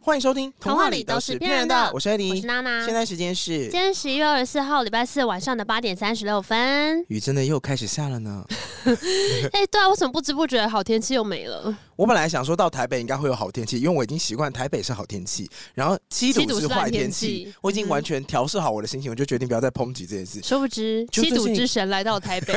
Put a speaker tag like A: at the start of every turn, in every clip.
A: 欢迎收听《
B: 童话里都是骗人的
A: 我是艾
B: 我
A: 迪
B: 是。娜娜。
A: 现在时间是
B: 今天十一月二十四号，礼拜四晚上的八点三十
A: 。
B: 六分
A: 雨，真的又开始下了呢。
B: 哎、对啊，为什么不知不觉好天气又没了？
A: 我本来想说到台北应该会有好天气，因为我已经习惯台北是好天气，然后七
B: 七
A: 堵
B: 堵
A: 是
B: 是
A: 坏
B: 烂天
A: 气
B: 气，
A: 我已经
B: 嗯
A: 完全调试好我的心情，我就决定不要再抨击这件事。
B: 殊不知，
A: 就最
B: 七
A: 近
B: 堵之神来到台北，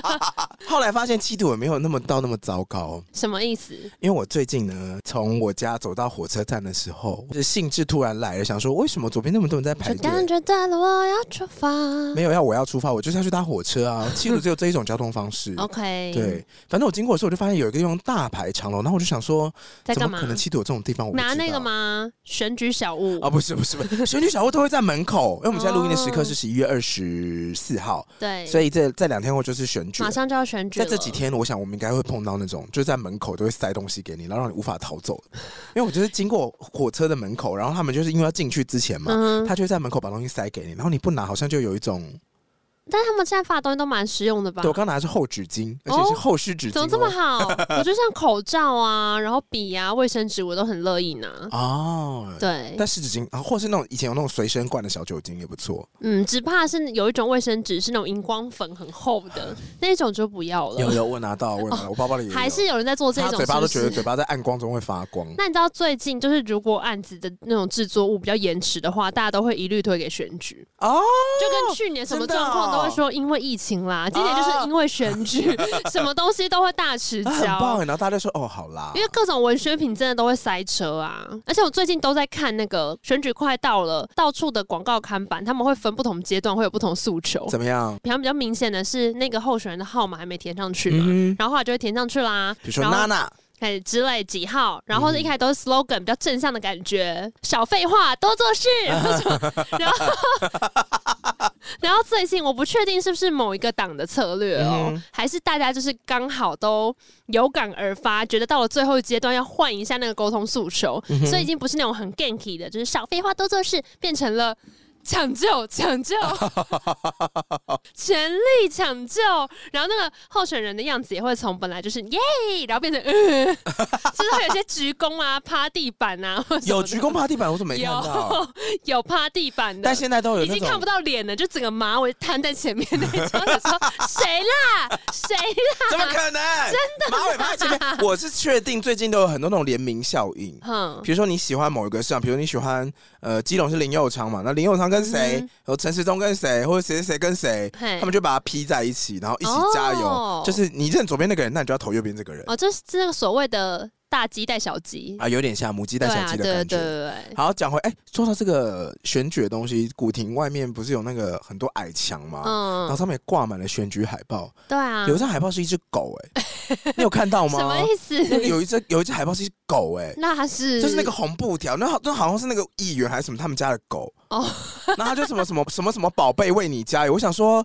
A: 后来发现七堵也没有那么到那么糟糕，
B: 什么意思？
A: 因为我最近呢，从我家走到火车站的时候，就是兴致突然来了，想说为什么左边那么多人在排
B: 就
A: 队？
B: 感觉到了，我要出发。
A: 没有要我要出发，我就是要去搭火车啊。七堵只有这一种交通方式。
B: OK，，
A: 对，反正我经过的时候，我就发现有一个地方大排长龙，然后我就想说，
B: 在
A: 怎
B: 干
A: 么
B: 嘛
A: 可？能七堵有这种地方？我不
B: 拿
A: 知
B: 那个
A: 道？
B: 吗？选举小物。
A: 啊，不是不是不是，选举小屋都会在门口，因为我们现在录音的时刻是十一月二十四号，
B: 哦对，
A: 所以这在两天后就是选举了
B: 马。上就要选举
A: 在
B: 了。
A: 这几，天，我想我们应该会碰到那种，就是在门口都会塞东西给你，然后让你无法逃走。因为我就是经过火车的门口，然后他们就是因为要进去之前嘛，
B: 嗯哼，
A: 他就会在门口把东西塞给你，然后你不拿，好像就有一种。
B: 但他们现在发的东西都蛮实用的吧
A: 对，？我刚拿的是厚纸巾，而且是
B: 哦
A: 厚湿纸巾哦、
B: 怎么这么好？ 我就像口罩啊，然后笔啊、卫生纸，我都很乐意拿。
A: 哦？
B: 对，
A: 但湿纸巾啊，或是那种以前有那种随身罐的小酒精也不 错。
B: 嗯，只怕是有一种卫生纸是那种荧光粉很厚的那一种就不要了。
A: 有有，我拿到， 我有拿到，我包包里也有。
B: 哦还是有人在做这
A: 他
B: 种
A: 嘴巴都
B: 是
A: 觉
B: 不
A: 得
B: 是
A: 嘴巴在暗光中会发 光。
B: 那你知道最近就是如果案子的那种制作物比较延迟的话，大家都会一律推给选举，
A: 哦，
B: 就跟去年什么
A: 真的哦
B: 状况都会说因为疫情啦，今年就是因为选举， 什么东西都会大迟
A: 啊很棒
B: 交。
A: 耶，然后大家就说哦，好啦
B: 因，为各种文学品真的都会塞车啊，而且我最近都在看那个选举快到了，到处的广告看板，他们会分不同阶段会有不同诉求。
A: 怎么样？
B: 比方比较明显的是，那个候选人的号码还没填上去嘛，
A: 嗯哼，
B: 然后后来就会填上去啦。
A: 比如说
B: 然后
A: 娜娜，
B: 开始之类几号，然后
A: 嗯
B: 一开始都是 slogan 比较正向的感觉，少废话，多 做事。然后，然后然后最近我不确定是不是某一个党的策略哦，
A: 嗯哼
B: 还是大家就是刚好都有感而发，觉得到了最后阶段要换一下那个沟通诉求，
A: 嗯
B: 所以已经不是那种很 ganky 的，就是少废话多做事，变成了。抢救，抢救，全力抢救。然后那个候选人的样子也会从本来就是耶，然后变成嗯， 就是会有些鞠躬啊、趴地板啊，或什么
A: 有
B: 的
A: 鞠躬趴地板，我怎么没看到？
B: 有 有趴地板的，
A: 但现在都有
B: 已
A: 那
B: 经看
A: 种
B: 不，到脸了，就整个马尾摊在前面 那种，想说谁啦，谁啦，
A: 怎么可能？真的，马尾趴在前 面，我是确定最近都有很多那种联名效应。
B: 哼，
A: 比如说你喜欢某一个市场，比如你喜欢呃基隆是林佑昌嘛，那林佑昌跟谁，
B: 嗯
A: 然后陈时中跟谁，或者谁谁谁跟谁，
B: 嘿
A: 他们就把它 P 在一起，然后一起加油。
B: 哎哦
A: 就是你认左边那个人，那你就要投右边这个人、
B: 哦，就是那个所谓的大鸡带小鸡，
A: 啊，有点像母鸡带
B: 对
A: 小
B: 啊，
A: 鸡的
B: 对对对
A: 感觉。
B: 对，
A: 好，讲回哎、说到这个选举的东西，古亭外面不是有那个很多矮墙吗？啊然后
B: 嗯，
A: 上面也挂满了选举海报，
B: 对啊
A: 有，一张海报是一只狗、 哎，你有看到吗？
B: 什么意
A: 那个
B: 思？
A: 有一只有一只海报是一只狗、哎，
B: 那还是
A: 就是那个红布条，那好那好像是那个议员还是什么他们家的狗
B: 哦
A: 哦，然后他就什么什么什么什么宝贝为你加油，我想 说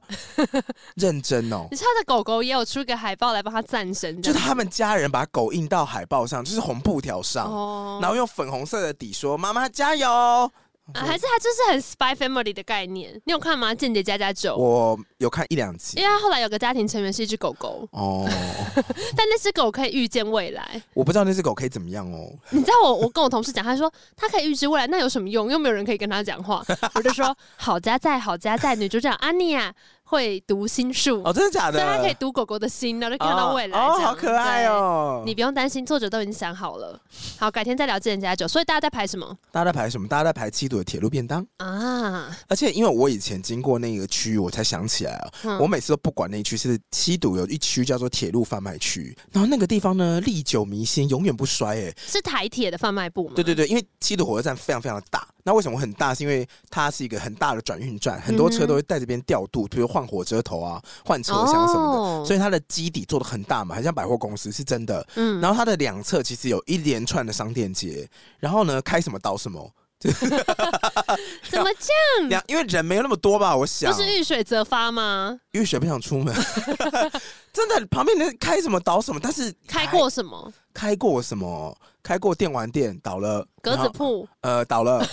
A: 认真哦
B: 你，知道他的狗狗也有出一个海报来帮他赞神，
A: 就是他们家人把狗印到海报上，就是红布条上，
B: 哦
A: 然后用粉红色的底说妈妈加油。
B: 啊，还是他就是很 Spy Family 的概念，你有看吗？《间谍加加酒》，
A: 我有看一两
B: 因
A: 集
B: 为他后来有个家庭成员是一只狗狗，
A: 哦，
B: 但那只狗可以预见未来。
A: 我不知道那只狗可以怎么样哦，
B: 你知道我我跟我同事讲，他说他可以预知未来，那有什么用？又没有人可以跟他讲话。我就说好家在，好家在，女主角安妮亚会读心术，
A: 哦，真的假的？
B: 所以她可以读狗狗的心，然后就看到未来。
A: 哦，
B: 这样
A: 好可爱。哦
B: 对！你不用担心，作者都已经想好了。好，改天再聊《真人家酒》。所以大家在排什么
A: 大家在排什么？大家在排七堵的铁路便当。
B: 啊？
A: 而且因为我以前经过那个区域，我才想起来啊，
B: 嗯
A: 我每次都不管那一区是七堵有一区叫做铁路贩卖区，然后那个地方呢历久弥新，永远不衰哎、
B: 是台铁的贩卖部吗？
A: 对对对，因为七堵火车站非常非常的大，那为什么会很大？是因为它是一个很大的转运站，很多
B: 嗯
A: 车都会在这边调度，比如换火车头啊、换车厢什么的，
B: 哦
A: 所以它的基底做的很大嘛，很像百货公司是真的。
B: 嗯，
A: 然后它的两侧其实有一连串的商店街，然后呢开什么倒什么，
B: 怎么这
A: 两因为人没有那么多吧，我想
B: 样？嗯不是遇水则发吗？
A: 因为雪不想出门， 真的旁边人开什么倒什么，但是
B: 开过什么？
A: 开过什么？开过电玩店倒了，
B: 格
A: 然
B: 子
A: 后
B: 铺
A: 呃倒 了，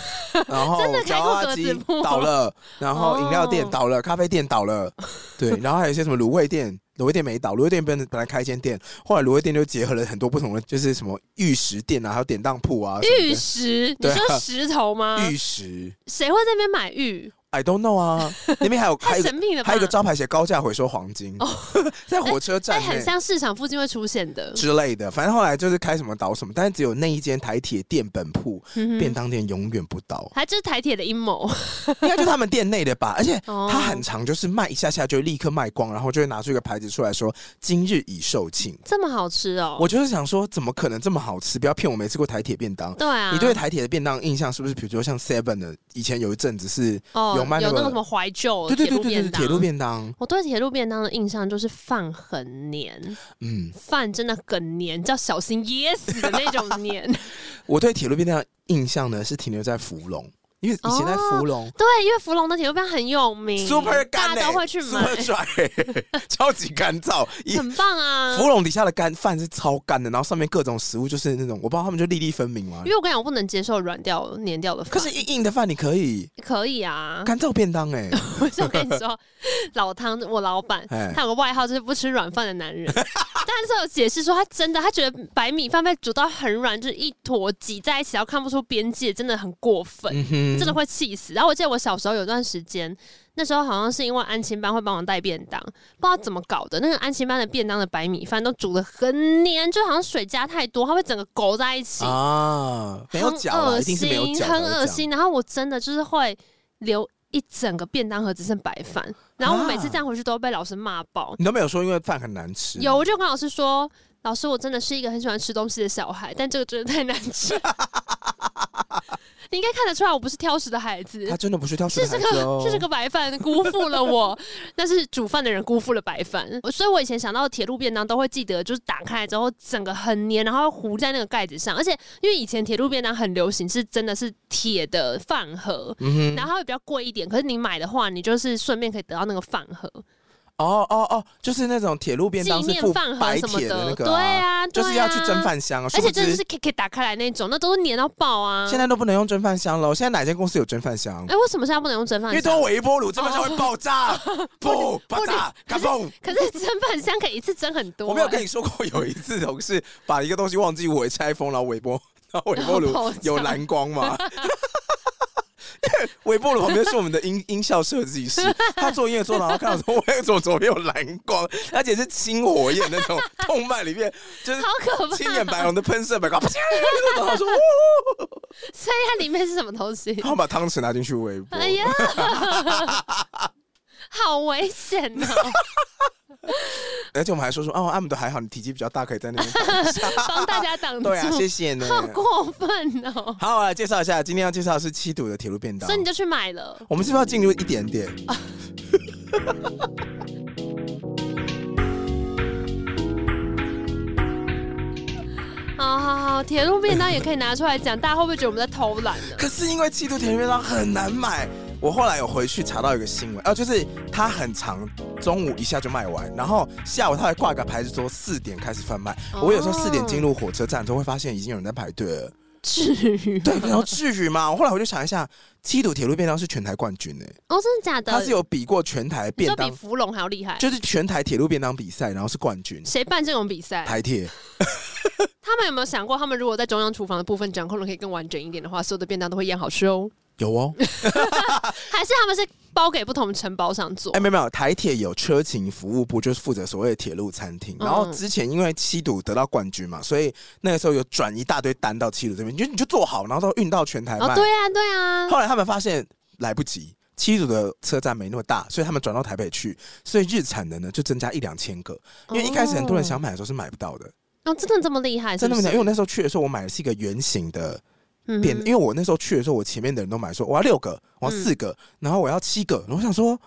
A: 然后
B: 真的
A: 脚
B: 开过
A: 踏
B: 格子
A: 机
B: 铺
A: 倒了，然后
B: 哦
A: 饮料店倒了，咖啡店倒了，对，然后还有一些什么卤味店卤味店没倒，卤味店本本来开一间店，后来卤味店就结合了很多不同的，就是什么玉石店啊，还有典当铺啊，什么
B: 玉石，你
A: 对啊
B: 说石头吗？
A: 的玉石
B: 谁会在那边买玉？
A: ，I don't know 啊，那边还有还有
B: 太
A: 一个
B: 神秘了吧！
A: 还有一个招牌写高价回收黄金， 在火车站
B: 哦哎，
A: 内
B: 很像市场附近会出现的
A: 之类的，反正后来就是开什么倒什么，但是只有那一间台铁店本铺
B: 嗯
A: 便
B: 哼，
A: 当店永远不倒，
B: 还就是台铁的阴谋。
A: 应该就是他们店内的吧，而且。
B: 哦
A: 它很长，就是卖一下下就立刻卖光，然后就会拿出一个牌子出来说“今日已售罄”，
B: 这么好吃哦！
A: 我就是想说，怎么可能这么好吃？不要骗我，没吃过台铁便当。
B: 对啊，
A: 你对台铁的便当印象是不是，比如说像 Seven 的，以前有一阵子是，
B: 哦
A: 有
B: 有
A: 卖那
B: 那
A: 个
B: 个什么怀旧
A: 对对
B: 铁
A: 对
B: 路
A: 对对，
B: 便当，
A: 铁路便当，
B: 我对铁路便当的印象就是饭很黏，
A: 嗯，
B: 饭真的很黏，叫小心噎死的那种黏。
A: 我对铁路便当的印象呢是停留在芙蓉，因为以前在芙蓉、
B: 对，因为福隆的铁路便当很有名
A: super 干、欸，
B: 哦哎大家都会去买，
A: ，super 拽、 超级干 燥。一
B: 很棒啊！
A: 芙蓉底下的干饭是超干的，然后上面各种食物就是那种，我不知道他们就粒粒分明嘛
B: 因。为我跟你讲，我不能接受软掉、黏掉的饭。
A: 可是硬硬的饭你可以
B: 可以啊，
A: 干燥便当哎、
B: 可是我跟你说，老汤我老板
A: 哎
B: 他有个外号就是不吃软饭的男人， 但是有解释说他真的，他觉得白米饭被煮到很软，就是一坨挤在一起，然后看不出边界，真的很过分。
A: 嗯哼
B: 真的会气死。然后我记得我小时候有段时间，那时候好像是因为安亲班会帮忙带便当，不知道怎么搞的，那个安亲班的便当的白米饭都煮的很黏，就好像水加太多，它会整个勾在一起，
A: 啊，没有脚
B: 很
A: 啊，
B: 恶
A: 一定是没有
B: 心，
A: 脚，
B: 很恶。心。然后我真的就是会留一整个便当盒只剩白饭，然后我每
A: 啊
B: 次这样回去都会被老师骂爆。
A: 你都没有说，因为饭很难吃。
B: 有，我就跟老师说。老师，我真的是一个很喜欢吃东西的小孩，但这个真的太难 吃。你应该看得出来，我不是挑食的孩子。
A: 他真的不是挑食
B: 是
A: 的
B: 这
A: 孩子
B: 个
A: 哦，
B: 是这个白饭辜负了我，但是煮饭的人辜负了白饭，所以我以前想到铁路便当都会记得，就是打开来之后整个很黏，然后糊在那个盖子上，而且因为以前铁路便当很流行，是真的是铁的饭盒。
A: 嗯
B: 然后它会比较贵一点，可是你买的话，你就是顺便可以得到那个饭盒、
A: 哼，哦哦哦，就是那种铁路便
B: 纪
A: 当是
B: 念
A: 附
B: 饭盒
A: 白
B: 什么
A: 铁的那个
B: 对
A: 啊，
B: 啊，
A: 就是要去
B: 对啊
A: 蒸，饭箱啊，
B: 而
A: 殊
B: 且
A: 不
B: 真的
A: 知
B: 是可以可以打开来那种，那都是黏到爆啊。
A: 现在都不能用蒸饭箱了。现在哪间公司有蒸饭箱？
B: 哎、为什么现在不能用蒸饭
A: 因
B: 箱？
A: 为都有微波炉，蒸饭箱会爆 炸，不爆炸，嘎嘣！
B: 可是 蒸饭箱可以一次蒸很多、
A: 我没有
B: 哎
A: 跟你说过，有一次同事把一个东西忘记我拆封，然后微波，然后微波
B: 然后
A: 炉
B: 爆炸
A: 有蓝光嘛。微波炉旁边是我们的音音效设计师，他做音乐做到，然后看到说为什么左边有蓝光，而且是青火焰那种动漫里面，就是
B: 好可怕！
A: 青眼白红的喷射白光，啪然后说，呜
B: 所以它里面是什么 东西？
A: 然后把汤匙拿进去微波。
B: 哎呀，好危险 哦！
A: 而且我们还说说，哦，阿姆都还好，你体积比较大，可以在那边躺一下。
B: 帮大家挡住，
A: 对啊，谢谢呢。
B: 好过分哦！
A: 好，我来介绍一下，今天要介绍的是七堵的铁路便当。
B: 所以你就去买了。
A: 我们是不是要进入一点点？
B: 好好好，铁路便当也可以拿出来讲，大家会不会觉得我们在偷懒呢？
A: 可是因为七度甜面当很难买，我后来有回去查到一个新闻，呃，就是它很长，中午一下就卖完，然后下午它还挂一个牌子说四点开始贩卖。
B: 哦
A: 我有时候四点进入火车站之后，会发现已经有人在排队 了。
B: 至于吗？
A: 对，然后至于吗？我后来我就想一下，七度铁路便当是全台冠军诶、
B: 哦，真的假的？
A: 它是有比过全台
B: 你
A: 便
B: 说比
A: 当，
B: 芙蓉还要厉害？
A: 就是全台铁路便当比赛，然后是冠军。
B: 谁办这种比赛？
A: 台铁，
B: 他们有没有想过，他们如果在中央厨房的部分掌控的可以更完整一点的话，所有的便当都会一样好吃哦？
A: 有哦，
B: 还是他们是包给不同的承包商做
A: 哎，？没有没有，台铁有车勤服务部，就是负责所谓的铁路餐厅。
B: 嗯
A: 然后之前因为七堵得到冠军嘛，所以那个时候有转一大堆单到七堵这边，你就你就做好，然后都运到全台卖。
B: 哦，对啊，对啊。
A: 后来他们发现来不及，七堵的车站没那么大，所以他们转到台北去，所以日产的呢就增加一两千个。因为一开始很多人想买的时候是买不到的，
B: 哦，真的这么厉害是
A: 真
B: 不
A: 的
B: 是？
A: 没有。因为我那时候去的时候，我买的是一个圆形的
B: 嗯
A: 变，
B: 哼
A: 因为我那时候去的时候，我前面的人都买说我要六个，我要四个，然后我要七个，然后我想说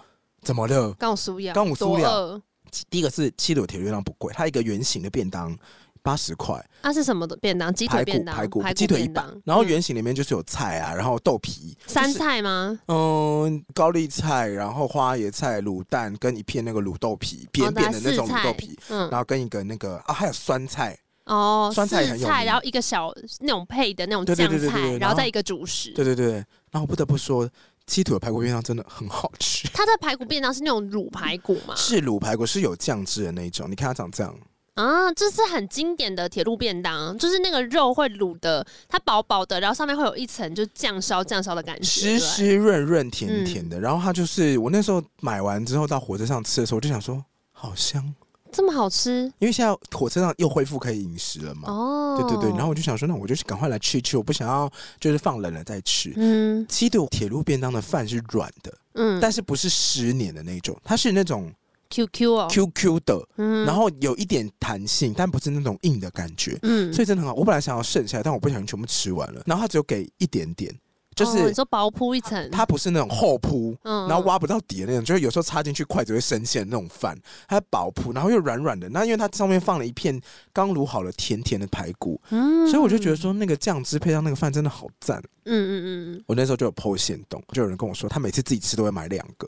A: 怎么了？
B: 刚有苏雅，
A: 刚有苏雅
B: 多饿
A: 第一个是七朵铁路量不贵，它一个圆形的便当八十块，
B: 那啊是什么的便当？鸡腿
A: 排骨
B: 便当，
A: 排骨
B: 排骨
A: 鸡腿一
B: 便
A: 百
B: 当，
A: 然后
B: 嗯
A: 圆形里面就是有菜啊，然后豆皮、
B: 三
A: 就是
B: 菜吗？
A: 嗯，高丽菜，然后花椰菜、卤蛋跟一片那个卤豆皮，
B: 哦
A: 扁扁的那种卤豆皮，
B: 啊嗯，
A: 然后跟一个那个啊，还有酸菜，
B: 哦，
A: 酸菜也很
B: 四
A: 有
B: 菜，
A: 名
B: 然后一个小那种配的那种
A: 对对
B: 酱
A: 对对对
B: 菜
A: 对，
B: 然
A: 然后
B: 后再一个主食。
A: 对对对。然后不得不说，七土的排骨便当真的很好吃，
B: 它的排骨便当是那种卤排骨嘛？
A: 是卤排骨是有酱汁的那一种，你看它长这样，
B: 啊，这是很经典的铁路便当，就是那个肉会卤的，它薄薄的，然后上面会有一层就酱烧酱烧的感觉，
A: 湿
B: 对嗯
A: 湿润润甜甜的。然后它就是我那时候买完之后到火车上吃的时候，我就想说好香，
B: 这么好吃
A: 因为现在火车上又恢复可以饮食了嘛。
B: 哦。
A: 对对对，然后我就想说，那我就赶快来吃一吃，我不想要就是放冷了再吃。
B: 嗯
A: 七度铁路便当的饭是软的，
B: 嗯
A: 但是不是湿黏的那种，它是那种
B: ，QQ 哦，
A: QQ 的，
B: 嗯
A: 然后有一点弹性，但不是那种硬的感觉，
B: 嗯，
A: 所以真的很好。我本来想要剩下来，但我不小心全部吃完了，然后它只有给一点点，就
B: 哦
A: 是
B: 你说薄铺一层，
A: 它不是那种厚铺。
B: 嗯
A: 然后挖不到底的那种，就是有时候插进去筷子会深陷的那种饭，它薄铺，然后又软软的。那因为它上面放了一片刚卤好了甜甜的排骨，
B: 嗯
A: 所以我就觉得说那个酱汁配上那个饭真的好赞。
B: 嗯嗯嗯。
A: 我那时候就有剖馅冻，就有人跟我说他每次自己吃都会买两个，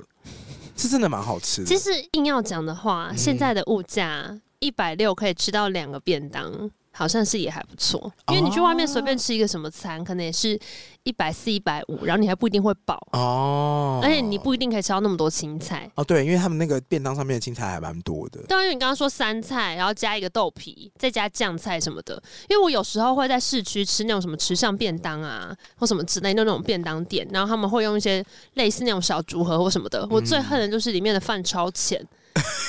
A: 是真的蛮好吃的。
B: 其实硬要讲的话，
A: 嗯
B: 现在的物价一百六可以吃到两个便当，好像是也还不错。因为你去外面随
A: 哦
B: 便吃一个什么餐，可能也是一百四、一百五，然后你还不一定会饱，
A: 哦，
B: 而且你不一定可以吃到那么多青菜。
A: 哦，对，因为他们那个便当上面的青菜还蛮多的。
B: 对啊，因为你刚刚说三菜，然后加一个豆皮，再加酱菜什么的。因为我有时候会在市区吃那种什么池上便当啊，或什么之类的那种便当店，然后他们会用一些类似那种小竹盒或什么的。我
A: 嗯
B: 最恨的就是里面的饭超浅，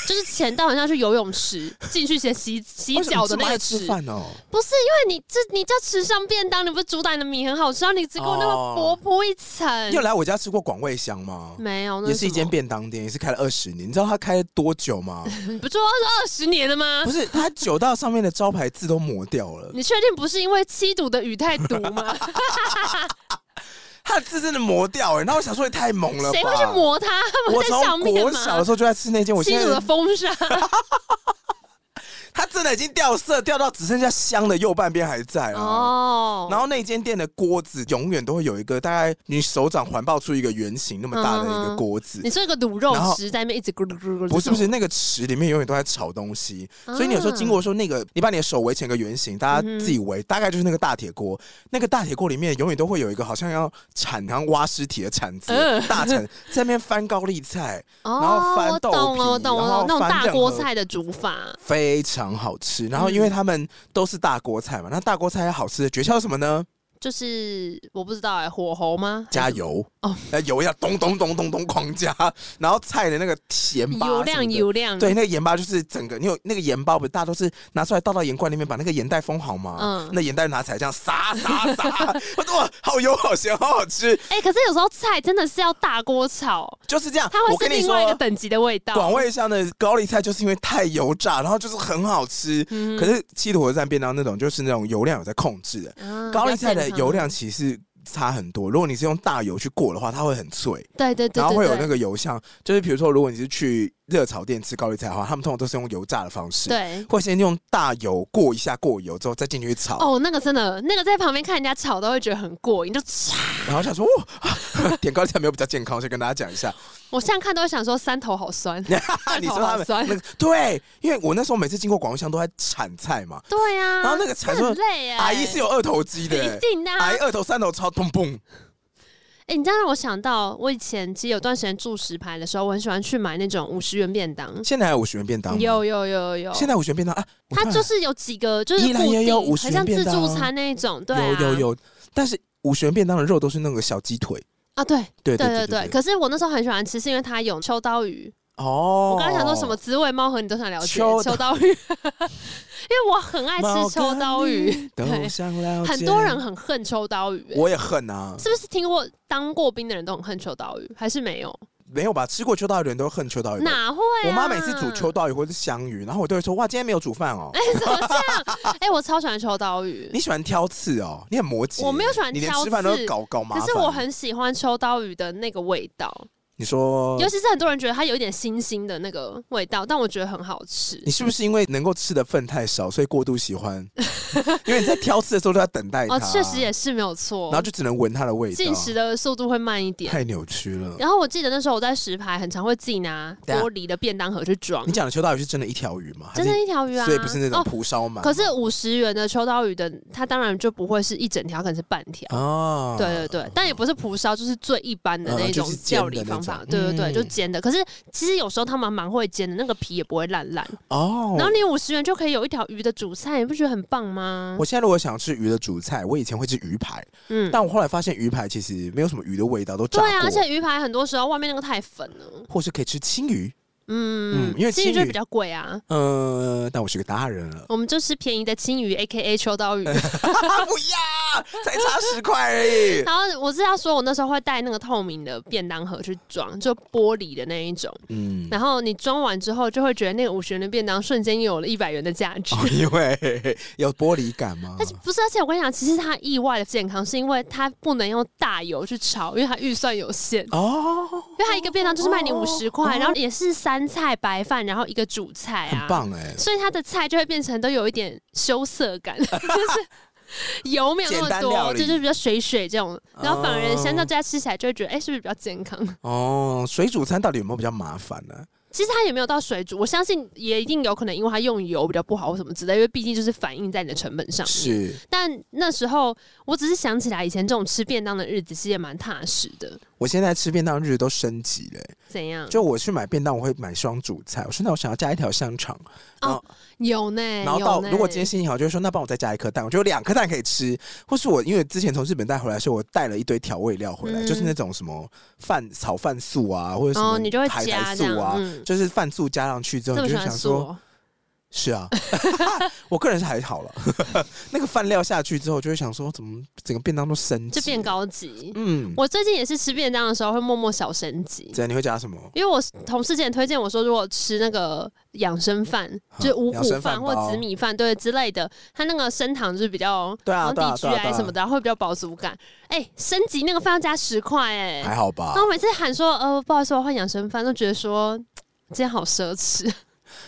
B: 就是浅到很像去游泳池进去 先洗洗
A: 为什么
B: 脚的
A: 这
B: 那
A: 么爱
B: 个嗯
A: 吃
B: 池。
A: 饭哦，
B: 不是因为你这你叫池上便当，你不是主打你的米很好吃，然啊后你只给我那么
A: 哦
B: 薄铺一层，
A: 你有来我家吃过广味香吗？
B: 没有，那
A: 也是一
B: 什
A: 间
B: 么
A: 便当店，也是开了二十年。你知道它开了多久吗？
B: 你不是说二二十年了吗？
A: 不是，它久到上面的招牌字都磨掉了，
B: 你确定不是因为七堵的雨太毒吗？
A: 它的字真的磨掉哎、然后我想说也太猛了吧，
B: 谁会去？磨 它？他们
A: 我
B: 在上
A: 从
B: 面
A: 国
B: 吗？
A: 小的时候就在吃那间，我
B: 七
A: 现
B: 堵的
A: 在
B: 风沙，
A: 它真的已经掉色，掉到只剩下香的右半边还在啊。
B: 哦，
A: 然后那间店的锅子永远都会有一个大概你手掌环抱出一个圆形那么大的一
B: 嗯嗯
A: 个
B: 嗯
A: 锅子，
B: 你这个卤肉
A: 然后
B: 池在那边一直咕噜咕噜咕噜，
A: 不是不是，那个池里面永远都在炒东西，
B: 啊
A: 所以你有时候经过说那个，你把你的手围成一个圆形，大家
B: 嗯哼
A: 自己围，大概就是那个大铁锅。那个大铁锅里面永远都会有一个好像要铲，好像挖尸体的铲子，
B: 嗯
A: 大铲在那边翻高丽菜，
B: 哦，
A: 然后翻豆皮
B: 我懂了，我懂
A: 然后
B: 了，那种
A: 翻
B: 大
A: 任
B: 锅
A: 何
B: 菜的煮法，
A: 非常好吃。然后因为
B: 嗯
A: 他们都是大锅菜嘛，那大锅菜好吃的诀窍是什么呢？
B: 就是我不知道哎，火候吗？
A: 加油
B: 哦，
A: 那油要咚咚咚咚咚狂加，然后菜的那个甜巴
B: 油
A: 什
B: 量
A: 么的
B: 油量，
A: 对，，那个盐巴就是整个，你有那个盐包不是大家都是拿出来倒到盐罐里面，把那个盐袋封好吗？
B: 嗯
A: 那盐袋拿起来这样撒撒撒， 我说哇，好油好咸，好好吃，
B: 哎，可是有时候菜真的是要大锅炒，
A: 就是这样
B: 它。会
A: 我
B: 是
A: 跟你
B: 另外一个
A: 说，
B: 等级的味道。
A: 广味香的高丽菜就是因为太油炸，然后就是很好吃。
B: 嗯
A: 可是七土火车站便当那种，就是那种油量有在控制的，
B: 啊
A: 高丽
B: 比较
A: 菜的
B: 健康
A: 油量其实差很多。如果你是用大油去过的话，它会很脆。
B: 对对对，
A: 然后会有那
B: 个
A: 个油香，就是比如说，如果你是去热炒店吃高丽菜的话，他们通常都是用油炸的方式。
B: 对。
A: 会先用大油过一下过油之后再进去炒，
B: 哦，那个真的，那个在旁边看人家炒都会觉得很过瘾，就
A: 然后想说哇，啊 点高丽菜没有比较健康，先跟大家讲一 下。
B: 我现在看都会想说三头好酸，
A: 啊 你说他
B: 好
A: 们
B: 酸
A: 那个对，因为我那时候每次经过广东香都在铲菜嘛，
B: 对呀、
A: 然后那个铲
B: 这
A: 说
B: 很累哎、
A: 阿姨是有二头肌的、
B: 一定的、啊。
A: 阿
B: 哎
A: 姨、二头三头超砰砰，
B: 你这样让我想到，我以前其实有段时间住石牌的时候，我很喜欢去买那种五十元便当。
A: 现在还有五十元便当吗
B: 有有有有，
A: 现在五十元便当啊，我
B: 它
A: 看
B: 就是有几个，就是
A: 宜兰
B: 固
A: 也有
B: 定，
A: 50
B: 很像
A: 元
B: 自
A: 便当
B: 助餐那一种，对、啊，
A: 有有有，但是五十元便当的肉都是那个小鸡腿，
B: 啊，对
A: 对
B: 对
A: 对
B: 对对。可是我那时候很喜欢吃，是因为它有秋刀鱼。
A: 哦，
B: 我刚刚想说什么滋味，猫和你都想了解
A: 秋
B: 秋刀鱼，因 为我很爱
A: 猫
B: 吃秋
A: 跟
B: 刀鱼，
A: 都
B: 对
A: 想了解，
B: 很多人很恨秋刀鱼、欸
A: 我也恨啊，
B: 是不是听过当过兵的人都很恨秋刀鱼，还是没有？
A: 没有吧？吃过秋刀鱼的人都恨秋刀鱼吧，
B: 哪会、啊？
A: 呃我妈每次煮秋，刀鱼或是香鱼，然后我都会说：“哇，今天没有煮饭哦。
B: 哎、怎么这样？哎、我超喜欢秋刀鱼，
A: 你喜欢挑刺哦，你很摩羯。
B: 我没有喜欢
A: 你连
B: 挑
A: 吃饭都
B: 刺
A: 搞搞麻
B: 可
A: 烦。
B: 是我很喜欢秋刀鱼的那个味道，
A: 你说
B: 尤其是很多人觉得它有一点腥腥的那个味道，但我觉得很好吃
A: 你。是不是因为能够吃的份太少，所以过度喜 欢？因为你在挑刺的时候都在等待它，
B: 哦，确实也是没有错
A: 然后。就只能闻它的味道，
B: 进食的速度会慢一 点。
A: 太扭曲了。
B: 然后我记得那时候我在石牌，很常会自己拿
A: 对啊
B: 玻璃的便当盒去装
A: 你，讲的秋刀鱼是真的一条鱼吗？
B: 真
A: 还
B: 的
A: 是
B: 一条鱼啊，
A: 所以不是那种
B: 哦。
A: 蒲烧嘛？
B: 可是五十元的秋刀鱼的，它当然就不会是一整条，可能是半条。
A: 哦，
B: 对对对，但也不是蒲烧，就是最一般的
A: 嗯
B: 那
A: 就
B: 种
A: 是煎的
B: 料理
A: 那种
B: 方法。对对对，
A: 嗯
B: 就煎的。可是其实有时候他们蛮会煎的，那个皮也不会烂烂。
A: 哦，
B: 然后你五十元就可以有一条鱼的主菜，你不觉得很棒吗
A: 我？现在如果想吃鱼的主菜，我以前会吃鱼排，
B: 嗯，
A: 但我后来发现鱼排其实没有什么鱼的味道，都炸
B: 对
A: 过，
B: 啊，而且鱼排很多时候外面那个太粉了。
A: 或是可以吃青鱼。
B: 嗯
A: 嗯因为
B: 青
A: 青
B: 鱼就
A: 鱼
B: 比较贵啊。，
A: 呃，但我是个大人了
B: 我们就吃便宜的青鱼，A K A 秋刀鱼。
A: 啊 不要，才差十块而 已。
B: 然后我是要说，我那时候会带那个透明的便当盒去装，就玻璃的那一种。
A: 嗯，
B: 然后你装完之后，就会觉得那个五十元的便当瞬间有了一百元的价值。
A: 哦，因为有玻璃感吗
B: 但？是不是？而且我跟你讲，其实它意外的健康，是因为它不能用大油去炒，因为它预算有限。
A: 哦，
B: 因为它一个便当就是卖你
A: 哦
B: 五十块，然后也是三菜白饭，然后一个主菜啊，
A: 很棒哎，
B: 所以它的菜就会变成都有一点羞涩感， 就是油没有那
A: 简
B: 么
A: 单料
B: 多，
A: 理
B: 就是比较水水这种，然后反而
A: 哦
B: 相较之下吃起来就会觉得，哎、是不是比较健康？
A: 哦，水煮餐到底有没有比较麻烦呢？
B: 其实它也没有到水煮，我相信也一定有可能因为它用油比较不好或什么之类，因为毕竟就是反映在你的成本上面。
A: 是
B: 但那时候我只是想起来以前这种吃便当的日子，其实也蛮踏实的。
A: 我现在吃便当日都升级了欸，
B: 怎样？
A: 就我去买便当，我会买双主菜。我说那我想要加一条香肠，然后、
B: 有呢，
A: 然后到
B: 哎有呢
A: 如果今天心情好，就会说那帮我再加一颗蛋，我就有两颗蛋可以吃。或是我因为之前从日本带回来的时候，我带了一堆调味料回来，
B: 嗯
A: 就是那种什么饭炒饭素啊，或者什
B: 哦，
A: 么
B: 你就会
A: 海
B: 加
A: 苔
B: 这
A: 素
B: 样，
A: 啊，
B: 嗯，
A: 就是饭素加上去之后，
B: 这
A: 你
B: 么喜
A: 就
B: 欢
A: 想
B: 素
A: 说
B: 哦，
A: 是啊， 我个人是还好了。 那个饭料下去之后，就会想说怎么整个便当都升级，
B: 就变。高级。
A: 嗯，
B: 我最近也是吃便当的时候会默默小升级，
A: 这样你会加什么？
B: 因为我同事之前推荐我说，如果吃那个养生饭，就是五
A: 养
B: 谷
A: 生
B: 饭
A: 饭
B: 或
A: 包
B: 紫米饭，对之类的，它那个升糖就是比较，
A: 对啊
B: 好像
A: 对啊
B: 低
A: 对啊对啊
B: GI 什么的，然后会比较饱足感。哎、升级那个饭要加十块，哎，
A: 还好吧
B: 然？后每次喊说，呃，不好意思，我换养生饭，都觉得说嘖今天好奢侈。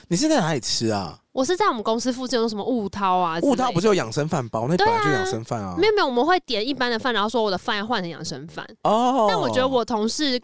A: 你是在哪里吃啊？
B: 我是在我们公司附近有什么雾涛啊，
A: 雾涛不
B: 是。
A: 是有养生饭包，那
B: 对
A: 本
B: 啊
A: 来就养生饭啊。
B: 没有没有，我们会点一般的饭，然后说我的饭要换成养生饭。
A: 哦，
B: 但我觉得我同事，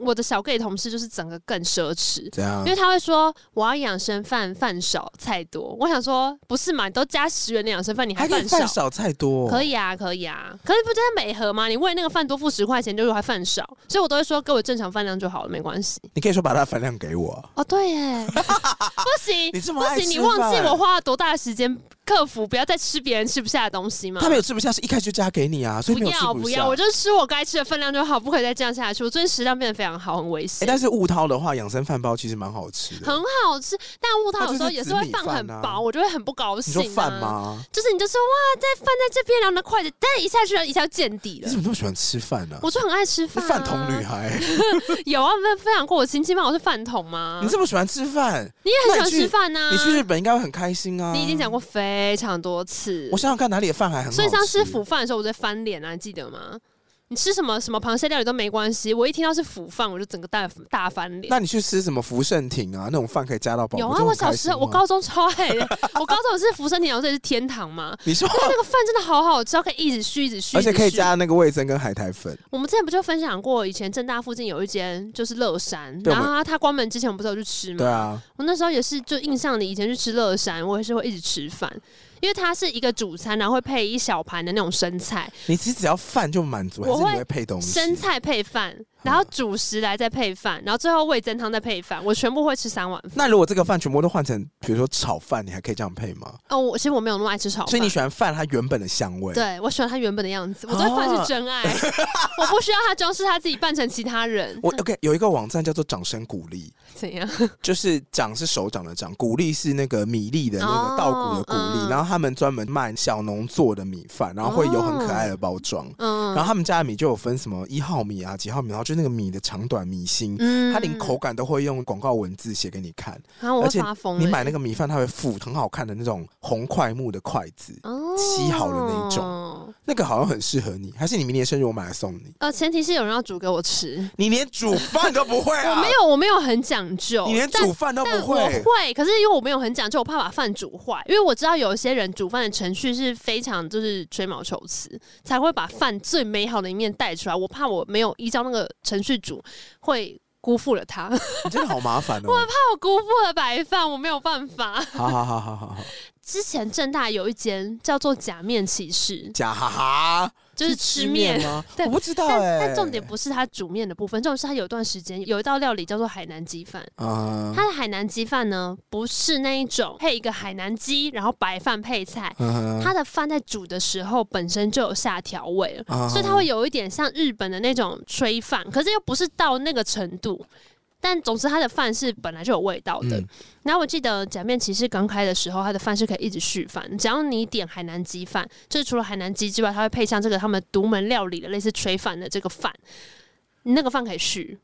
B: 我的小 gay 同事就是整个更奢侈，
A: 怎样
B: 因？为他会说我要养生饭，饭少菜多。我想说不是嘛，你都加十元的养生饭，你
A: 还可以饭
B: 饭少？
A: 少菜多，
B: 可以啊，可以啊，可是不就是美和吗？你为那个饭多付十块钱，结果还饭少，所以我都会说给我正常饭量就好了，没关系。
A: 你可以说把它的饭量给我。
B: 哦，对 耶，不行，
A: 你这么
B: 不
A: 爱
B: 行，你
A: 吃
B: 忘记
A: 饭
B: 我花了多大的时间克服，不要再吃别人吃不下的东西吗？
A: 他没有吃不下，是一开始就加给你啊，所以
B: 不
A: 没有吃
B: 要
A: 不
B: 嗯不
A: 下
B: 要，。我就吃我该吃的分量就好，不可以再这样下去。我最近食量变得非常好，很危
A: 哎，
B: 险。
A: 但是雾涛的话，养生饭包其实蛮好吃的。
B: 很好吃，但雾
A: 它
B: 它
A: 就
B: 有
A: 是
B: 时候也是会放
A: 紫
B: 很
A: 米饭啊
B: 薄，我就会很不高
A: 你
B: 兴、啊
A: 说饭？吗？
B: 就是你就说哇，在饭在这边，然后呢筷子但一下去了，一下就见
A: 你
B: 底了
A: 怎。么那么喜欢吃饭呢？
B: 我就很爱吃
A: 你
B: 饭、啊，
A: 饭桶女孩，
B: 有啊，分分享过我亲戚吗？我是饭桶吗？
A: 你这么喜欢吃饭，
B: 你也
A: 那你
B: 很喜欢
A: 去
B: 吃饭呐、
A: 你去日本应该会很开心啊。
B: 嗯你已经讲，过非常多次
A: 我，想想看哪里的饭还很好吃。
B: 所以上次腐饭的时候，我在翻脸啊，你记得吗？你吃什么什么螃蟹料理都没关系，我一听到是腐饭，我就整个大大翻脸。
A: 那你去吃什么福盛亭啊？那种饭可以加到饱。
B: 有
A: 不
B: 啊，
A: 就很
B: 我小
A: 开
B: 时
A: 心
B: 候我
A: 吗
B: 高中超爱的，我高中是福生甜，然后这里是天堂嘛，
A: 你 说，
B: 那个饭真的好好吃，可以一直续一直续，
A: 而且
B: 一直
A: 可以
B: 续。
A: 加那个味增跟海苔粉。
B: 我们之前不就分享过，以前正大附近有一间就是乐山，
A: 对
B: 然后它它关门之前我们不是有去吃
A: 对
B: 吗？
A: 啊，
B: 我那时候也是就印象里，以前去吃乐山，我也是会一直吃饭，因为它是一个主餐，然后会配一小盘的那种生菜，
A: 你其实只要饭就满足，还
B: 我
A: 是
B: 会
A: 你会配东西？
B: 生菜配饭，然后主食来再配饭，然后最后味增汤再配饭，我全部会吃三碗饭。
A: 那如果这个饭全部都换成，比如说炒饭，你还可以这样配吗？
B: 哦，我其实我没有那么爱吃炒饭，
A: 所以你喜欢饭它原本的香味。，
B: 对我喜欢他原本的样子，我对饭
A: 啊
B: 是真爱，我不需要他装饰他自己扮成其他人
A: 我 OK 有一个网站叫做“掌声鼓励
B: 怎样？”，
A: 就是“掌”是手掌的“掌”，“鼓励”是那个米粒的那
B: 哦
A: 个稻谷的鼓
B: 嗯
A: 励。然后他们专门卖小农做的米饭，然后会有很可爱的包装。然
B: 嗯
A: 后他们家的米就有分什么一号米啊、几号米，然后就那个米的长短、米心，
B: 嗯
A: 它连口感都会用广告文字写给你看。
B: 啊，我
A: 而
B: 会
A: 且
B: 发疯欸。
A: 你买那个米饭，它会附很好看的那种红块木的筷子。
B: 哦
A: 漆好的那一种
B: 哦。
A: 那个好像很适合你，还是你明年生日我买来送你？
B: 呃，前提是有人要煮给我吃，
A: 你连煮饭都不会啊？
B: 我没，有，我没有很讲究，
A: 你连
B: 但
A: 煮饭都
B: 但
A: 不
B: 嗯我
A: 会。
B: 哦会，可是因为我没有很讲究，我怕把饭煮坏。因为我知道有一些人煮饭的程序是非常就是吹毛求疵，才会把饭最美好的一面带出来。我怕我没有依照那个程序煮，会辜负了 它，怕
A: 你真的好麻烦哦。
B: 我辜负了白饭，我没有办 法。
A: 好好好好好好，
B: 之前正大有一间叫做假面骑士，
A: 假哈哈，
B: 就是吃面。
A: 吗？
B: 对
A: 我不知道
B: 但
A: 哎。
B: 但重点不是它煮面的部分，重点是它有一段时间有一道料理叫做海南鸡饭，
A: 啊，
B: 它的海南鸡饭呢不是那一种配一个海南鸡，然后白饭配菜，
A: 它
B: 它的饭在煮的时候本身就有下调味了，
A: 啊
B: 所以它会有一点像日本的那种炊饭，可是又不是到那个程度。但总之，它的饭是本来就有味道的。
A: 嗯
B: 然后我记得假面骑士刚开的时候，它的饭是可以一直续饭，只要你点海南鸡饭，就是除了海南鸡之外，它会配上这个他们独门料理的类似炊饭的这个饭，你那个饭可以续。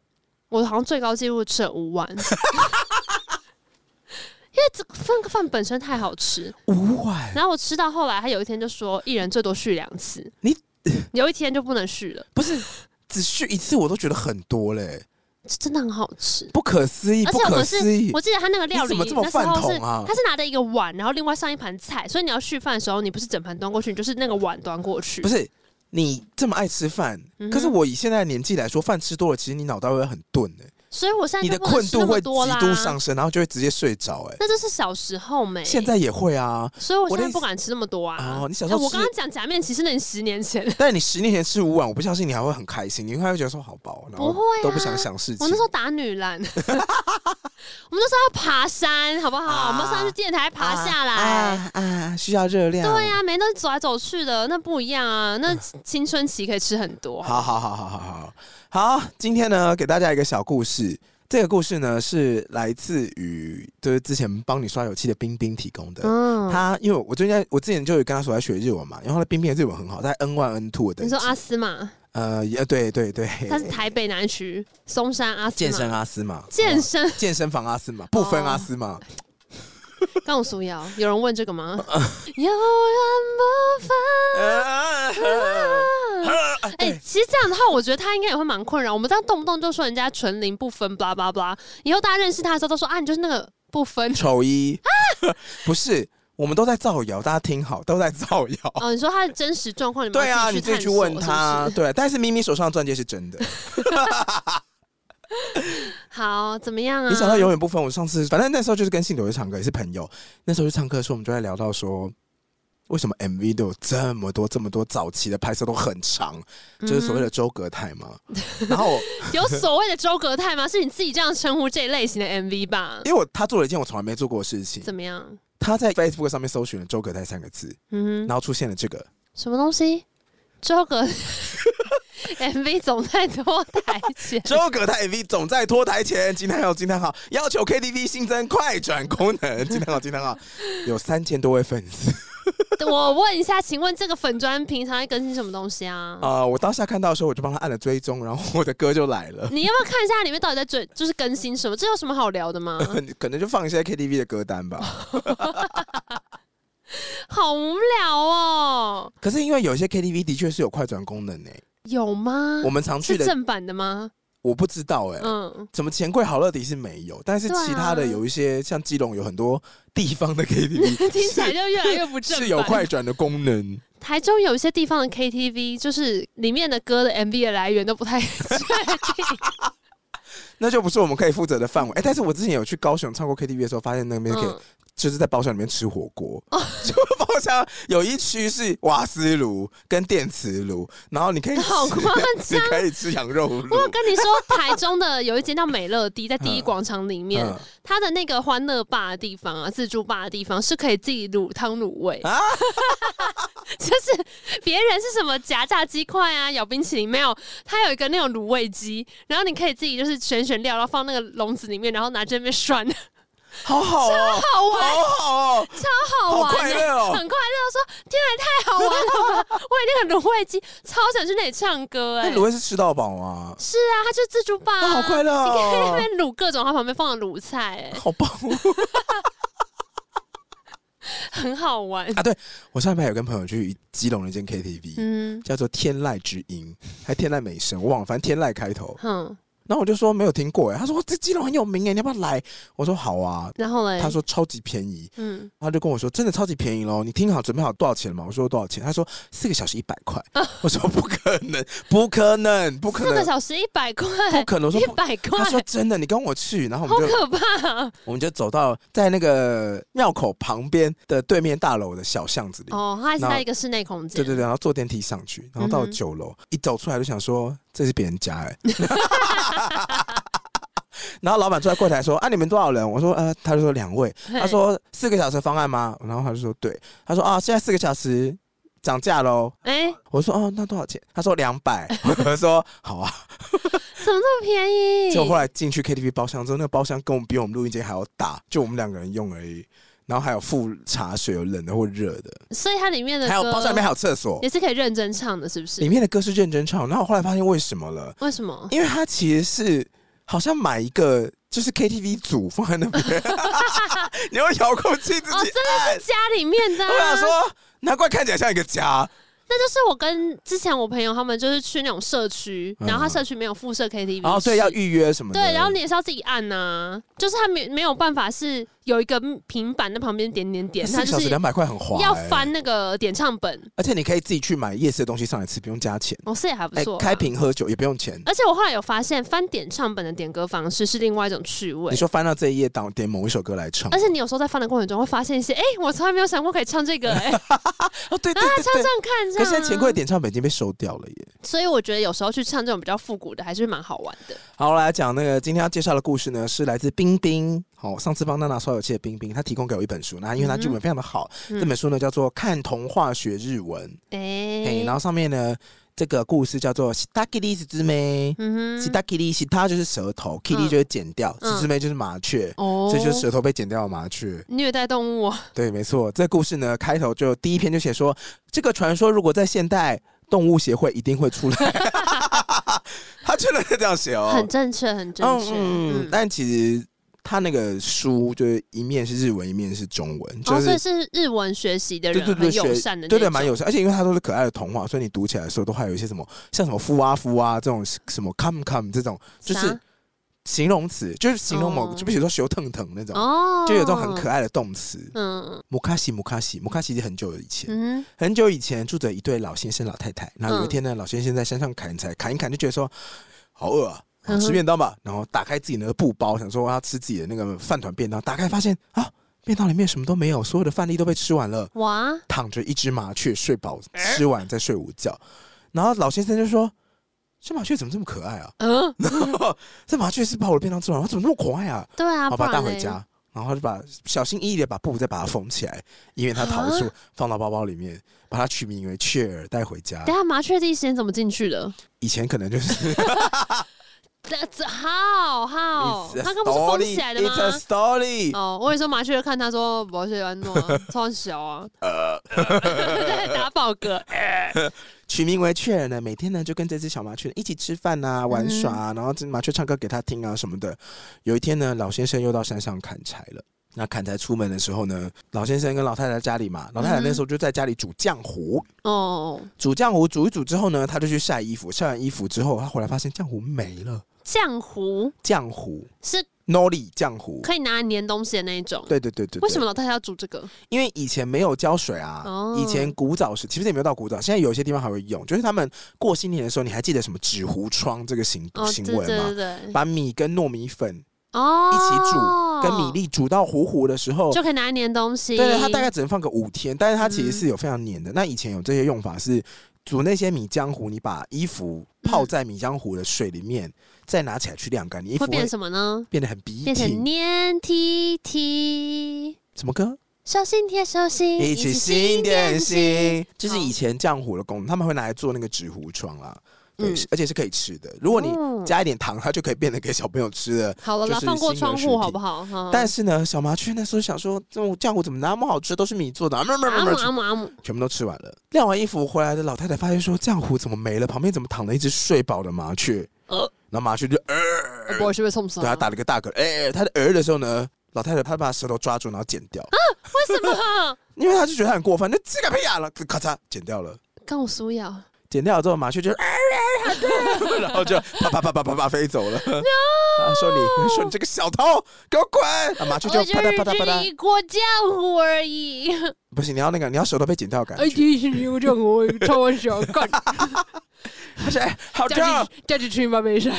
B: 我好像最高纪录吃了五碗，因 为这个饭饭本身太好吃，
A: 五碗，
B: 然后我吃到后来，他有一天就说一人最多续两次，
A: 你
B: 有一天就不能续了，
A: 只续一次我都觉得很多嘞，
B: 这真的很好吃。
A: 不可思议，
B: 而
A: 不
B: 且我
A: 可
B: 们是
A: 思议，
B: 我记得他那个料
A: 你
B: 理
A: 怎么这么
B: 那时候
A: 饭
B: 是
A: 桶啊
B: 他是拿着一个碗，然后另外上一盘菜，所以你要续饭的时候，你不是整盘端过去，你就是那个碗端过去。
A: 不是。你这么爱吃饭，
B: 嗯哼
A: 可是我以现在的年纪来说，饭吃多了，其实你脑袋会很钝哎、
B: 所以我现在
A: 你的
B: 就不能
A: 困
B: 吃那
A: 度
B: 么
A: 会
B: 多啦
A: 极度上升，然后就会直接睡着哎、
B: 那这是小时候没，
A: 现在也会啊，
B: 所以我
A: 我
B: 现
A: 的
B: 在
A: 意
B: 不
A: 思
B: 敢吃那么多啊。
A: 哦你小时候
B: 哎我
A: 吃
B: 刚刚讲假面骑士，那你十年 前，
A: 但你十年前吃五碗，我不相信你还会很开心，你还会觉得说好饱，然后
B: 不会啊
A: 都不想想事情。
B: 我那时候打女篮，我 们那时候要爬山，好不好？
A: 啊
B: 我们上去电台爬下来。
A: 啊啊啊需要热量。
B: 对、呀、啊每天都走来走去的，那不一样啊。那青春期可以吃很多。
A: 嗯好好好好好好好，好今天呢给大家一个小故事。这个故事呢是来自于就是之前帮你刷油漆的冰冰提供的。
B: 嗯，
A: 他因为我最近在我之前就有跟他说在学日文嘛，然后呢冰冰的日文很好，在 N one N two 的
B: 你
A: 等
B: 说
A: 级。
B: 阿斯嘛，
A: 呃，也对对对，
B: 他是台北南区松山阿斯
A: 健
B: 玛
A: 身阿斯嘛，
B: 健
A: 好
B: 身哦
A: 不好健身房阿斯嘛，不分阿斯嘛，
B: 告诉瑶，有人问这个 吗？有
A: 啊
B: 人不分。哎、其实这样的话，我觉得他应该也会蛮困扰。我们这样动不动就说人家纯零不分，巴拉巴拉，以后大家认识他的时候都说啊，你就是那个 不分。
A: 丑一，不是，我们都在造谣，大家听好，都在造 谣。
B: 哦，你说他的真实状况，你们
A: 对啊，
B: 要
A: 你自
B: 自
A: 己
B: 己
A: 去
B: 探索
A: 问他。
B: 是不是
A: 对，但是咪咪手上的钻戒是真的。
B: 好怎么样啊？
A: 你想到永远不分，我上次反正那时候就是跟信友去唱歌，也是朋友。那时候去唱歌的时候，我们就在聊到说，为什么 MV 都有这么多、这么多早期的拍摄都很长，
B: 嗯
A: 就是所谓的周格泰嘛。然 后我
B: 有所谓的周格泰吗？是你自己这样称呼这一类型的 MV 吧？
A: 因为我他做了一件我从来没做过的事情，
B: 怎么样？
A: 他在 Facebook 上面搜寻了周格泰三个字，
B: 嗯
A: 然
B: 哼，
A: 后出现了这个。，
B: 什么东西？周格 MV 总太多台前
A: 周葛泰 MV 总在脱台前，惊叹号惊叹号，要求 KTV 新增快转功能，惊叹号惊叹号， 有三千多位粉丝
B: 我问一下，请问这个粉砖平常在更新什么东西啊？
A: 啊、我当下看到的时候，我就帮他按了追踪，然后我的歌就来了，
B: 你要不要看一下里面到底在准就是更新什么？这有什么好聊的 吗？
A: 可能就放一些 KTV 的歌单吧。
B: 好无聊哦，
A: 可是因为有些 KTV 的确是有快转功能呢、欸
B: 有吗
A: 我？们常去
B: 嗯是
A: 的
B: 正版的吗？
A: 我不知道哎、
B: 嗯，
A: 怎么钱柜好乐迪是没有，但是
B: 对啊
A: 其他的有一些像基隆有很多地方的 KTV
B: 听起来就越来越不正
A: 是
B: 版。
A: 有快转的功能。
B: 台中有一些地方的 KTV，就是里面的歌的 MV 的来源都不太 确定。
A: 那就不是我们可以负责的范围。哎、但是我之前有去高雄唱过 KTV 的时候，发现那边可以、
B: 嗯
A: 就是在包厢里面吃火锅，
B: 哦
A: 就包厢有一区是瓦斯炉跟电磁炉，然后你可以
B: 好
A: 吃，
B: 夸
A: 你
B: 张！
A: 可以吃羊肉炉
B: 我。有跟你说，台中的有一间叫美乐迪，在第一广场里面，
A: 嗯
B: 它的那个欢乐吧的地方啊，自助吧的地方是可以自己卤汤卤味，
A: 啊
B: 就是别人是什么夹炸鸡块啊、咬冰淇淋没有，它有一个那种卤味机，然后你可以自己就是选选料，然后放那个笼子里面，然后拿这边涮，
A: 好好哦，
B: 好玩。
A: 好好哦，
B: 超好
A: 好
B: 玩、欸，
A: 快乐哦
B: 很快乐。说天啊，太好玩了吧！我也那个卤味机，超想去那里唱歌哎、
A: 那卤味是吃到饱吗？
B: 是啊，它就是自助吧、
A: 啊，好快乐
B: 在那
A: 哦，
B: 边卤各种，它旁边放的卤菜、哎，
A: 好棒哦！
B: 很好玩。
A: 啊我上礼拜有跟朋友去基隆的一间 KTV，、
B: 嗯
A: 叫做天籁之音，还天籁美声，我忘了，反正天籁开头。
B: 哼，
A: 然后我就说没有听过哎，他说这基隆很有名哎，你要不要来？我说好啊。
B: 然后嘞，
A: 他说超级便宜，
B: 嗯，
A: 他就跟我说真的超级便宜喽，你听好准备好多少钱了吗？我说多少钱？他说四个小时一百块。我说不可能，不可能，不可
B: 啊四个
A: 能，
B: 小时一百块，
A: 不可能。我说
B: 一
A: 不
B: 百块
A: 他，说真的，你跟我去，然后我
B: 好
A: 们就
B: 可怕啊！
A: 我们就走到在那个庙口旁边的对面大楼的小巷子里，
B: 哦，它还是
A: 然后
B: 在一个室内空间，
A: 对对对，然后坐电梯上去，然后到
B: 嗯哼
A: 九楼、一走出来就想说这是别人家哎、 然后老板坐在柜台说：“啊，你们多少人？”我说：“呃，他就说两位。”
B: 嘿
A: 他说：“四个小时的方案吗？”然后他就说：“对。”他说：“啊，现在四个小时涨价喽。
B: 哎、”
A: 我说：“哦，那多少钱？”他说：“两百。”我说：“好 啊。
B: 怎么那么便”宜？
A: 结果后来进去 KTV 包厢之后，那个包厢跟我们比我们录音间还要大，就我们两个人用而已。然后还有附茶水，有冷的或热的，
B: 所以它里面的歌
A: 还有包厢里面还有厕所，
B: 也是可以认真唱的，是不
A: 里
B: 是？
A: 面的歌是认真唱。然后我后来发现为什么了。
B: 为什么？
A: 因为他其实是好像买一个就是 KTV 组放在那 边， 你用遥控器自
B: 哦，
A: 己
B: 真的
A: 按。
B: 是家里面的、啊。
A: 我想说，难怪看起来像一个家。
B: 那就是我跟之前我朋友他们就是去那种社区，
A: 嗯
B: 然后他社区没有附设 KTV，
A: 然后哦所以要嗯预约什么的。
B: 对，然后你也是要自己按呐、就是他没没有办法是有一个平板在旁边点点点，
A: 四
B: 他
A: 个
B: 就
A: 小时
B: 是
A: 两百块很划、
B: 要
A: 欸
B: 翻那个点唱本，
A: 而且你可以自己去买夜市的东西上来吃，不用加钱。
B: 哦，是也还不
A: 哎、
B: 错、
A: 开。瓶喝酒也不用钱。
B: 而且我后来有发现，翻点唱本的点歌方式是另外一种趣味
A: 你。说翻到这一页，当点某一首歌来唱。
B: 而且你有时候在翻的过程中会发现一些，哎、我从来没有想过可以唱这 个、哎，
A: 哦，对对
B: 然后
A: 对
B: 啊唱唱
A: 对。
B: 看这
A: 可
B: 样、
A: 是
B: 啊。
A: 现在钱柜的点唱本已经被收掉了耶。
B: 所以我觉得有时候去唱这种比较复古的，还是蛮好玩的。
A: 好，我来讲那个今天要介绍的故事呢，是来自冰冰。好、上次帮娜娜刷油漆的冰冰，她提供给我一本书，那因为她剧本非常的好，
B: 嗯
A: 这本书呢叫做《看童话学日文》，
B: 哎、
A: 嘿，然后上面呢这个故事叫做 “stakili 是之妹
B: 嗯哼，
A: ”，“stakili 是它就是舌头，kili 就是剪掉，
B: 嗯
A: 是之妹就是麻雀。
B: 哦
A: 这就是舌头被剪掉的麻雀，
B: 虐待动物哦、
A: 对，没错。这故事呢，开头就第一篇就写说，这个传说如果在现代，动物协会一定会出 来。他真的是这样写哦，
B: 很正确，很正确。
A: 嗯，但其实他那个书就是一面是日文，一面是中文，就
B: 哦，
A: 是、
B: 所以是日文学习的人
A: 对对对
B: 很友
A: 学
B: 善的那
A: 对
B: 种，
A: 对蛮友善，而且因为它都是可爱的童话，所以你读起来的时候都还有一些什么像什么夫啊夫啊这种什么 come come 这种，就是
B: 啥
A: 形容词，就是形容某
B: 哦
A: 个，就比如说修腾腾那种，
B: 哦，
A: 就有这种很可爱的动词。
B: 嗯
A: 摩卡西摩卡西摩卡西是很久以前，
B: 嗯
A: 很久以前住着一对老先生老太太，然后有一天呢，老先生在山上砍柴，砍一砍就觉得说好饿啊，想
B: 嗯
A: 吃
B: 哼
A: 便当吧，然后打开自己的布包，想说我要吃自己的那个饭团便当，打开发现啊，便当里面什么都没有，所有的饭粒都被吃完了，
B: 哇，
A: 躺着一只麻雀睡饱，
B: 哎
A: 吃完再睡午觉，然后老先生就说。这麻雀怎么这么可爱啊？
B: 嗯，
A: 这麻雀是把我的便当吃完，它怎么那么可爱啊？
B: 对啊，
A: 好，把它带
B: 不然
A: 回
B: 嘞
A: 家，然后就把小心翼翼的把布再把它封起来，因为它逃出，
B: 啊
A: 放到包包里面，把它取名为雀儿带回家
B: 等。一下麻雀第一时间怎么进去的？
A: 以前可能就是
B: 这这 好好，
A: It's a
B: 它刚哦不是封起来的
A: story, It's a
B: 吗？
A: story，
B: 哦，我也说麻雀看他说不是安 诺啊，超小啊， 呃，打饱嗝，
A: 取名为雀儿呢，每天呢就跟这只小麻雀一起吃饭啊、
B: 嗯
A: 玩耍啊，然后这麻雀唱歌给它听啊什么的。有一天呢，老先生又到山上砍柴了。那砍柴出门的时候呢，老先生跟老太太在家里嘛，老太太
B: 嗯
A: 那时候就在家里煮浆糊，
B: 哦，
A: 煮浆糊煮一煮之后呢，他就去晒衣服，晒完衣服之后，他回来发现浆糊没了，
B: 浆糊
A: 浆糊
B: 是
A: nori 浆糊，
B: 可以拿来粘东西的那一种。
A: 对对对对对
B: 为什么？老太太要煮这个？
A: 因为以前没有胶水啊，
B: 哦
A: 以前古早时其实也没有到古早，现在有些地方还会用，就是他们过新年的时候，你还记得什么纸糊窗这个行、
B: 哦，
A: 行
B: 对
A: 为吗？
B: 对对对，
A: 把米跟糯米粉
B: 哦，
A: 一起煮，跟米粒煮到糊糊的时候，
B: 就可以拿来粘东西。
A: 对，它大概只能放个五天，但是它其实
B: 嗯
A: 是有非常黏的。那以前有这些用法是煮那些米浆糊，你把衣服泡在米浆糊的水里面，再拿起来去晾干，你衣服
B: 会变
A: 会
B: 什么呢？
A: 变得很笔
B: 变成
A: 挺。
B: 粘 T T，
A: 什么歌？
B: 手心贴手心，
A: 一起新点。心，这是
B: 好
A: 以前浆糊的功能，他们会拿来做那个纸糊窗啦。对，
B: 嗯
A: 是而且是可以吃的。如果你
B: 哦
A: 加一点糖，它就可以变得给小朋友吃的。
B: 好了
A: 就
B: 啦，
A: 是
B: 放过
A: 新的
B: 窗
A: 实
B: 户好
A: 体
B: 不好？哈
A: 但是呢，小麻雀那时候想说，这种浆糊怎么那么好吃？都是米做的，啊，没有没有没有
B: 阿
A: 没
B: 姆
A: 有
B: 阿姆阿姆，
A: 全部都吃完了。晾完衣服回来的老太太发现说，浆糊怎么没了？旁边怎么躺了一只睡饱的麻雀？
B: 呃，
A: 然后麻雀就呃，
B: 我不会是被送死啊
A: 对它打了个大嗝。哎、哎，它的呃的时候呢，老太太她把舌头抓住，然后剪掉。
B: 为什么？
A: 因为他就觉得他很过分，那这个屁啊了，咔嚓剪掉了。
B: 跟我苏瑶
A: 剪掉了之后，麻雀就，然后就啪啪啪啪啪啪飞走了。他说你，说你这个小偷，给我滚！啊麻雀就
B: 我
A: 啪嗒啪嗒啪
B: 是
A: 嗒，
B: 一锅浆糊 而已。
A: 不行，你要那个，你要舌头被剪掉的感觉。
B: 一是一锅浆糊，超我小 干，
A: 他说哎，好痛！
B: 价值群吧，没 晒。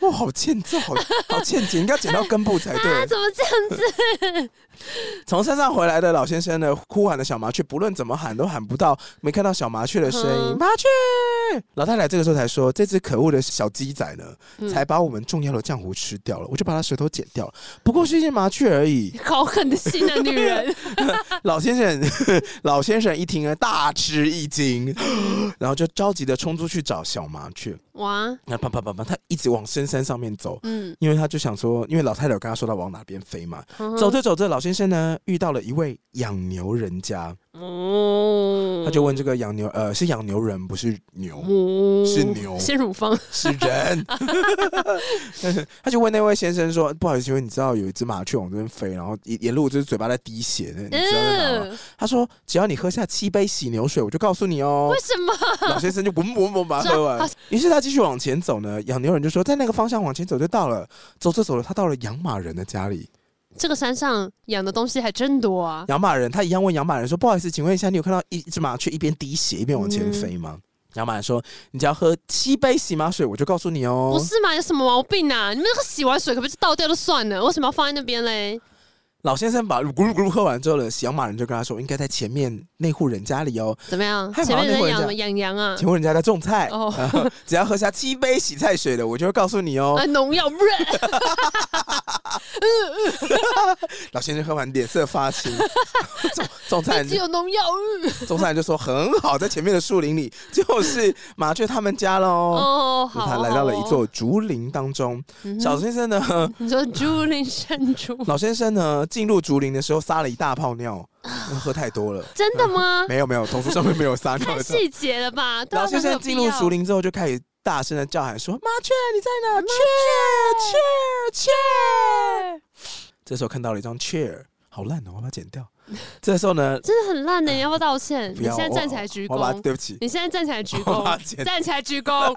A: 哇，好欠揍，好好欠剪，应该剪到根部才对
B: 啊，。怎么这样子？
A: 从山上回来的老先生呢，呼喊的小麻雀，不论怎么喊都喊不到，没看到小麻雀的身影。
B: 嗯
A: 麻雀，老太太这个时候才说，这只可恶的小鸡仔呢，
B: 嗯
A: 才把我们重要的浆糊吃掉了，我就把它舌头剪掉了，不过是一只麻雀而 已。
B: 好狠的心啊，女人！
A: 老先生， 老先生一听呢，大吃一 惊，然后就着急的冲出去找小麻雀。
B: 哇，
A: 那啪啪啪啪，他一直往深山上面走，
B: 嗯，
A: 因为他就想说，因为老太太有跟他说他往哪边飞嘛。
B: 嗯哼
A: 走着走着，老先生呢遇到了一位养牛人家，
B: 哦
A: 他就问这个养牛，呃，是养牛人不是牛，
B: 哦
A: 是牛
B: 先乳方，
A: 是 人。他就问那位先生说：“不好意思，请问你知道有一只麻雀往这边飞，然后一沿路就是嘴巴在滴血，那你知道在哪吗？”
B: 嗯，
A: 他说：“只要你喝下七杯洗牛水，我就告诉你哦。”
B: 为什么？
A: 老先生就嗡嗡嗡把 它喝
B: 说
A: 完
B: 好。
A: 于是他继续往前走呢，养牛人就说在那个方向往前走就到了。走着走着，他到了养马人的家里。
B: 这个山上养的东西还真 多啊！
A: 养马人他一样问养马人说：“不好意思，请问一下，你有看到一只麻雀一边滴血一边往前飞吗？”
B: 嗯
A: 养马人说：“你只要喝七杯洗马水，我就告诉你
B: 不
A: 哦。
B: 是嘛？有什么毛病啊？你们那个洗完水可不可以倒掉就算了？为什么要放在那边嘞？”
A: 老先生把咕噜咕噜喝完之后呢，养马人就跟他说：“应该在前面那户人家里哦。
B: 怎么样？
A: 还好
B: 前面
A: 那会
B: 人
A: 儿
B: 养
A: 这
B: 了养羊啊？
A: 请问人家在种菜，
B: 哦
A: 然后只要喝下七杯洗菜水的，我就会告诉你哦。
B: 啊，农药不 然
A: 老先生喝完脸色发 青， 种种菜人
B: 只有农药。嗯
A: 中山人就说很好，在前面的树林里就是麻雀他们家喽。
B: 哦，
A: 就
B: 好，
A: 他来
B: 好
A: 到了一，座竹林当中，
B: 嗯哼
A: 小先生呢，
B: 你说竹林 深处，
A: 老先生呢，进入竹林的时候撒了一大泡尿，喝太多了。
B: 真的吗？
A: 没有没有，童书上面没有撒尿
B: 太
A: 的 时候。
B: 细节了吧？对啊
A: 老先生进入竹，林之后，就开始大声的叫喊说：“麻雀，你在哪？雀雀雀！”这时候看到了一张 chair，好烂哦，我要把它剪掉。这时候呢，
B: 真的很烂的，你要不要道歉？
A: 哎不
B: 你
A: 要，
B: 现在
A: 我
B: 站起来鞠
A: 我把它
B: 躬，
A: 对不起，
B: 你现在站起来鞠
A: 我把它剪
B: 躬，站起来 鞠躬。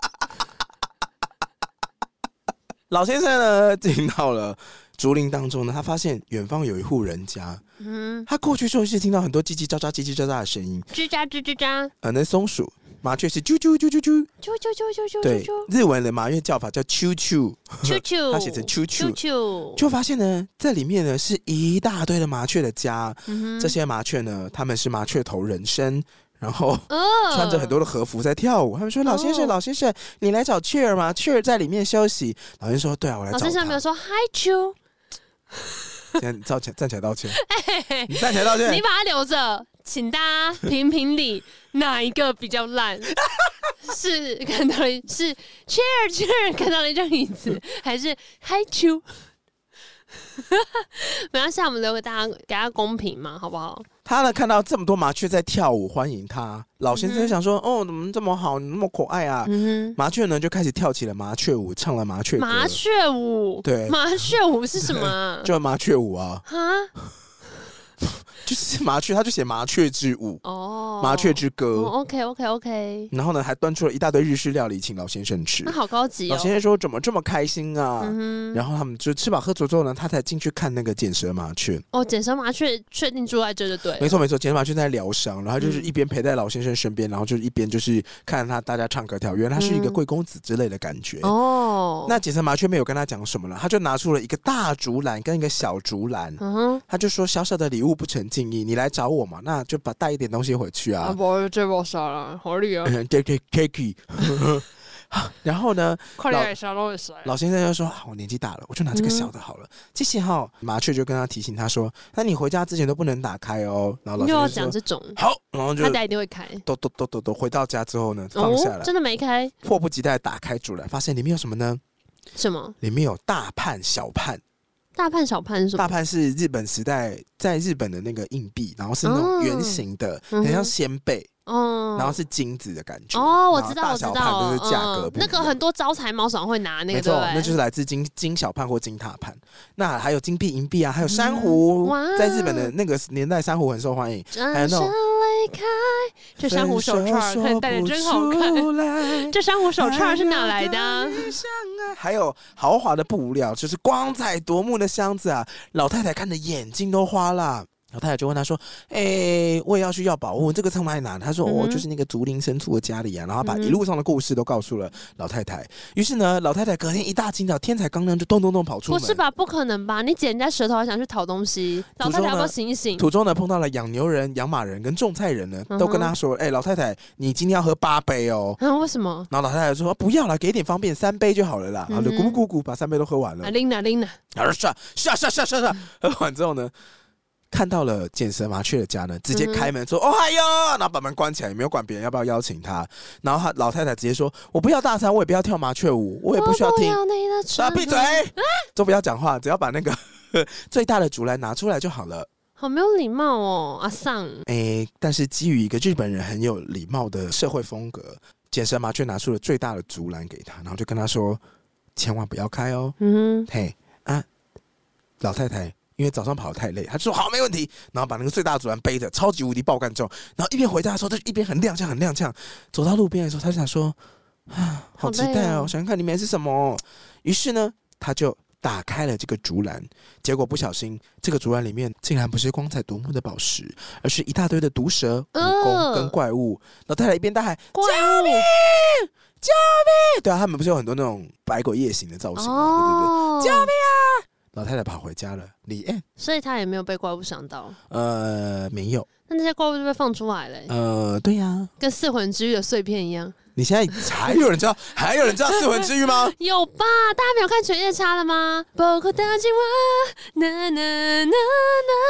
A: 老先生呢，进到了竹林当中呢，他发现远方有一户人家，
B: 嗯，
A: 他过去之后是听到很多叽叽喳喳、叽叽喳喳的声音，
B: 吱喳吱吱喳，
A: 呃，那松鼠、麻雀是啾啾啾啾啾，
B: 啾啾啾啾啾
A: 对
B: 啾啾，
A: 日文的麻雀叫法叫啾啾，
B: 啾啾，
A: 它写成啾啾
B: 啾啾，
A: 就发现呢，在里面呢是一大堆的麻雀的家，
B: 嗯哼
A: 这些麻雀呢，他们是麻雀头人身，然后。
B: 呃
A: 穿着很多的和服在跳舞，他们说：“老先生，
B: 哦
A: 老先生，你来找雀儿吗？雀儿在里面休息。”老先生说：“对啊，我来
B: 老
A: 找
B: 先生没有
A: 他。
B: 说嗨啾，”
A: 现在站起来站起来道歉，你站起来道歉
B: 你。把它留着，请大家评评理，哪一个比较烂？ 是看到了是 chair chair 看到了一张 椅子，还是 hi chu？没关系，我们留给大家，给大家公平嘛，好不好？
A: 他呢看到这么多麻雀在跳舞欢迎他，老先生就想说：“哦，怎么这么好，你那么可爱啊！”
B: 嗯
A: 麻雀呢就开始跳起了麻雀舞，唱了麻雀
B: 哼，
A: 歌，
B: 麻雀舞，
A: 对
B: 麻雀舞是什么啊？
A: 就麻雀舞啊，
B: 啊，
A: 就是麻雀，他就写麻雀之舞、
B: 哦，
A: 麻雀之歌，嗯
B: 哦，OK OK OK，
A: 然后呢还端出了一大堆日式料理请老先生吃。
B: 那好高级
A: 老
B: 哦。
A: 先生说：“怎么这么开心啊？”
B: 嗯哼，
A: 然后他们就吃饱喝足之后呢，他才进去看那个捡蛇麻雀。
B: 哦，剪蛇麻雀确定住在这就对
A: 没
B: 了，
A: 错没错，简马就在疗伤，然后就是
B: 嗯
A: 一边陪在老先生身边，然后就一边就是看他大家唱歌跳，原来他是一个
B: 嗯
A: 贵公子之类的感觉。
B: 哦，
A: 那警察麻雀没有跟他讲什么了，他就拿出了一个大竹篮跟一个小竹篮，
B: 嗯哼。
A: 他就说小小的礼物不成敬意，你来找我嘛，那就把带一点东西回去啊。嗯
B: 不，这不杀了，好厉害，
A: 对对 k k 然后呢，
B: 快
A: 点
B: 杀了我杀。
A: 老先生就说：“啊我年纪大了，我就拿这个小的好了。谢谢哈。麻雀就跟他提醒他说：“那你回家之前都不能打开哦。”然后老
B: 又要
A: 先生
B: 讲
A: 就说
B: 这种，：“
A: 好。”然后就
B: 他家一定会开。
A: 都都都都都回到家之后呢，放下
B: 哦，
A: 来，
B: 真的没开
A: 迫不及待地打开竹篮，发现里面有什么呢？
B: 什么
A: 里面有大判、小判。
B: 大判小判是什
A: 大
B: 么？
A: 判是日本时代在日本的那个硬币，然后是那种
B: 哦
A: 圆形的，
B: 嗯哼
A: 很像鲜贝，
B: 嗯，
A: 然后是金子的感觉。
B: 哦，我
A: 然后
B: 知道，
A: 大
B: 我知
A: 小
B: 道，
A: 判就是价格
B: 嗯
A: 不一
B: 那
A: 样
B: 个很多招财猫爽会拿那个，哎
A: 没
B: 对
A: 错
B: 不对？，
A: 那就是来自金金小判或金塔判。那还有金币、银币啊，还有珊瑚
B: 嗯哇，
A: 在日本的那个年代，珊瑚很受欢迎。还有那
B: 转身
A: 种
B: 离开，这珊瑚手串儿看戴的真好看。
A: 看
B: 这珊瑚手串儿是哪来的啊？
A: 还有豪华的布料，就是光彩夺目的箱子啊，老太太看的眼睛都花了。老太太就问他说：“哎、我也要去要宝物，这个从哪里拿？”他说：“
B: 嗯
A: 哦，
B: 哼
A: 就是那个竹林深处的家里啊。”然后把
B: 嗯哼
A: 一路上的故事都告诉了老太太。于是呢，老太太隔天一大清早，天才刚亮就咚咚咚跑出
B: 不
A: 门。
B: 是吧？不可能吧？你剪人家舌头还想去讨东西？老
A: 途
B: 太
A: 中
B: 太要不要
A: 呢
B: 醒一醒？
A: 途中呢，碰到了养牛人、养马人跟种菜人呢，
B: 嗯哼
A: 都跟他说：“哎、老太太，你今天要喝八杯哦。
B: 嗯，为什么”？
A: 然后老太太就说：“哦不要了，给点方便，三杯就好了啦。”然后就
B: 嗯
A: 咕
B: 哼
A: 咕咕咕把三杯都喝完了
B: 啊。琳娜，琳娜，
A: 然后说是啊是啊是啊是啊是啊， 喝完之后呢，看到了健身麻雀的家呢，直接开门说：“哦嗨哟！”然后把门关起来，也没有管别人要不要邀请他。然后他老太太直接说：“我不要大餐，我也不要跳麻雀舞，我也不需要嗯听。”
B: 你的
A: 说
B: 唇
A: 闭嘴， 都不要讲话，只要把那个 最大的竹篮拿出来就好了。
B: 好没有礼貌哦，阿尚。
A: 诶，但是基于一个日本人很有礼貌的社会风格，健身麻雀拿出了最大的竹篮给他，然后就跟他说：“千万不要开哦，
B: 嗯
A: 嘿啊，老太太，因为早上跑得太累，她就说好没问题，然后把那个最大的竹篮背着，超级无敌爆干重，然后一边回家的时候，她就一边很踉跄很踉跄，走到路边的时候，她就想说：啊，好
B: 好
A: 期
B: 累
A: 待哦，
B: 哦
A: 想看看里面是什么。于是呢，她就。打开了这个竹篮，结果不小心，这个竹篮里面竟然不是光彩夺目的宝石，而是一大堆的毒蛇、蜈蚣
B: 呃
A: 跟怪物。老太太一边大喊
B: 哼，怪物：“
A: 哎，对啊，他们不是有很多那种百鬼夜行的造型吗？对不对？”
B: 哦，
A: 救老太太跑回家了，李哎艳
B: 所以他也没有被怪物伤到。
A: 呃，没有。
B: 那那些怪物就被放出来了、
A: 呃，对呀、
B: 跟四魂之玉的碎片一样。
A: 你现在还有人知 道，还有人知道四魂之玉吗？
B: 有吧？大家没有看犬夜叉了吗？包括大金蛙，呐呐呐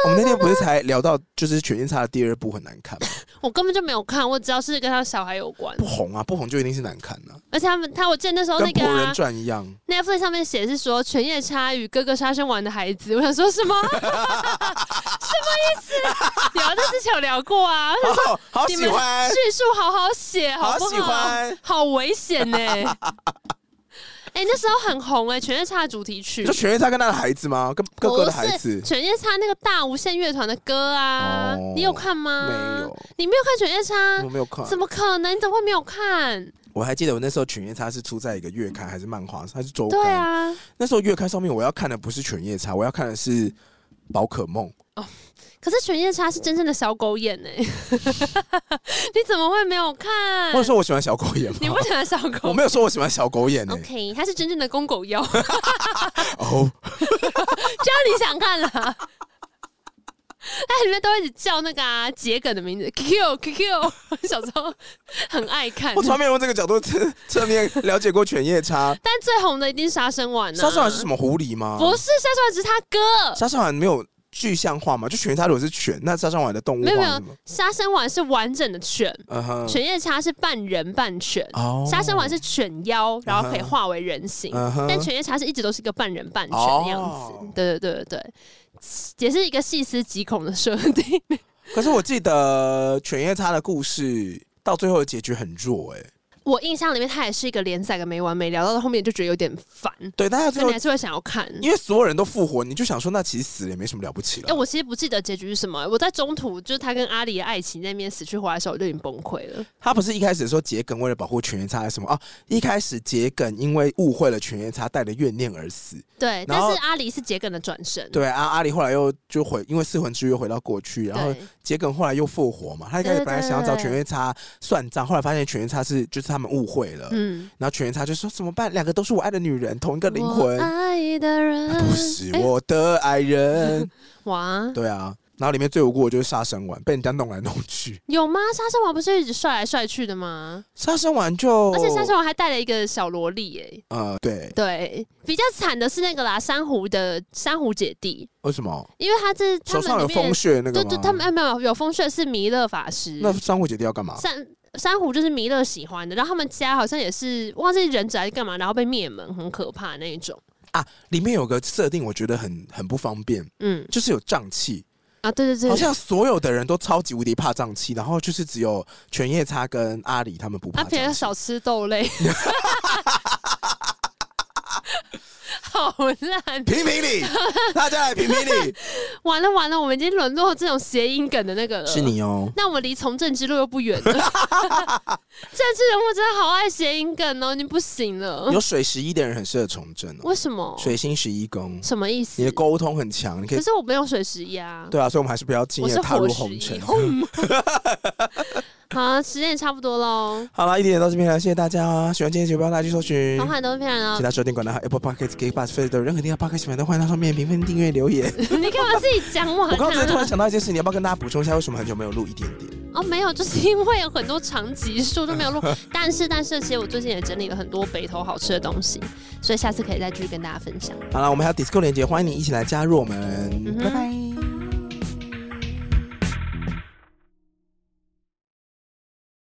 A: 我们那天不是才聊到，就是《犬夜叉》的第二部很难看吗？
B: 我根本就没有看，我只要是跟他小孩有关
A: 不。红啊，不红就一定是难看啊，
B: 而且他们，他我记得那时候
A: 跟
B: 那
A: 《
B: 个、
A: 博人
B: 啊、
A: 传》一样。
B: Netflix 上面写是说犬夜叉与哥哥杀生丸的孩子，我想说什 么？什么意思？有，那之前有聊过 啊。我想说
A: 好好
B: 你
A: 喜
B: 们
A: 欢，
B: 叙述好好写，好不
A: 好喜欢
B: 好危 险呢、哎、那时候很红哎、犬夜叉》的主题曲
A: 你说《犬夜叉》跟他的孩子吗？跟哥哥的孩
B: 不
A: 子
B: 是犬夜叉那个大无限乐团的歌啊，
A: 哦
B: 你有看吗？
A: 没有，
B: 你没有看犬夜
A: 我
B: 叉？
A: 没有看。
B: 啊怎么可能？你怎么会没有看？
A: 我还记得我那时候《犬夜叉》是出在一个月刊还是漫画，它是周刊。
B: 对啊，
A: 那时候月刊上面我要看的不是《犬夜叉》，我要看的是《宝可梦》。
B: 可是犬夜叉是真正的小狗眼哎、 你怎么会没有看
A: 或？者说我喜欢小狗眼吗？
B: 嗯你不喜欢小
A: 我
B: 狗
A: 没有说我喜欢小狗眼呢、欸
B: ？OK，它是 真正的公狗腰，
A: 哦，
B: 这样你想看啦？ 它里面都一直叫那个啊桔梗的名字，Q Q Q，小时候很爱看
A: 我。从来没有用这个角度侧侧面了解过犬夜 叉。
B: 但最红的一定是杀生丸啊！
A: 沙沙丸是什么狐狸吗？
B: 不是杀生丸，只是他哥。
A: 沙沙丸没有具象化嘛？就犬夜叉如果是犬，那沙沙丸的动物
B: 没有
A: 化
B: 没
A: 是
B: 有
A: 什么？，
B: 杀生丸是完整的犬，
A: 嗯哼，
B: 犬夜叉是半人半犬，
A: 哦
B: 杀生丸是犬妖，然后可以
A: 嗯哼
B: 化为人形，
A: 嗯哼
B: 但犬夜叉是一直都是一个半人半犬的样子
A: 哦。
B: 对对对对对，也是一个细思极恐的设定。
A: 可是我记得犬夜叉的故事到最后的结局很弱哎、
B: 我印象里面，它也是一个连载个没完没了，到后面就觉得有点烦，
A: 对，大家最
B: 但
A: 后
B: 你还是会想要看。
A: 因为所有人都复活，你就想说那其实死了也没什么了不起了。
B: 哎、我其实不记得结局是什么、我在中途就是他跟阿里的爱情在那边死去活来的时候，我就已经崩溃了。
A: 他不是一开始说桔梗为了保护犬夜叉还是什么啊？一开始桔梗因为误会了犬夜叉，带着怨念而死。
B: 对，但
A: 然后
B: 是阿里是桔梗的转身。
A: 对啊，阿里后来又就回，因为四魂之约回到过去，然后
B: 对
A: 桔梗后来又复活嘛。他一开始
B: 对对
A: 本来想要找
B: 对
A: 犬夜叉算账，后来发现犬夜叉是就是他们误会了，
B: 嗯，
A: 然后犬夜叉就说怎么办？两个都是我爱的女人，同一呃个灵
B: 我
A: 魂，
B: 爱哎的人
A: 不是我的爱 人。
B: 哇，
A: 对啊，然后里面最无辜的就是杀生丸，被人家弄来弄去。
B: 有吗？杀生丸不是一直帅来帅去的吗？
A: 杀生丸就，
B: 而且杀生丸还带了一个小萝莉耶、
A: 呃，对，
B: 对，比较惨的是那个啦，珊瑚的珊瑚姐弟，
A: 为什么
B: 因为他是他
A: 手上
B: 们里
A: 有
B: 面
A: 风，穴那个
B: 对
A: 吗？
B: 对，他们哎没有有风穴是弥勒法师，
A: 那珊瑚姐弟要干嘛？
B: 珊珊瑚就是弥勒喜欢的，然后他们家好像也是忘记忍者还是干嘛，然后被灭门，很可怕那一种。
A: 里面有个设定，我觉得很很不方便，
B: 嗯
A: 就是有瘴气。
B: 啊，对对对，
A: 好像所有的人都超级无敌怕胀气，然后就是只有犬夜叉跟阿里他们不怕
B: 他
A: 胀气。
B: 啊平常少吃豆 类，好烂！
A: 评评理， 大家来评评 理，
B: 完了完了，我们已经沦落这种谐音梗的那个了。
A: 是。你哦。
B: 那我们离从政之路又不远了。 政治人物真的好爱谐音梗哦，你不行了。
A: 有水十一的人很适合从政哦，
B: 为什么？
A: 水星十一宫，
B: 什么意
A: 你
B: 思
A: 的？沟通很强，你可
B: 可
A: 以
B: 是我没有水十一啊。
A: 对啊，所以我们还是不要轻
B: 我
A: 易
B: 是
A: 地踏
B: 火
A: 入
B: 十
A: 红
B: 一
A: 尘。。
B: 好，时间也差不多喽。
A: 好了，一点到这边了，谢谢大
B: 嗯
A: 家。啊喜欢今天的节目，不要大家去搜寻
B: 红。海都骗人
A: 嗯其
B: 哦，
A: 他收听管道还有 Apple Podcast、Gay Bus、f a c e 的任何地方 Podcast 平台都欢迎到上面评分、订阅、留 言。
B: 你干嘛自己讲啊我？
A: 我刚才突然想到一件事，你要不要跟大家补充一下，为什么很久没有录一点点？
B: 哦，没有，就是因为有很多长集数都没 有录，但是但是，其实我最近也整理了很多北投好吃的东西，所以下次可以再继续跟大家分享。
A: 好了，我们还有 Discord 连接，欢迎你一起来加入我们。
B: 嗯哼
A: 拜拜。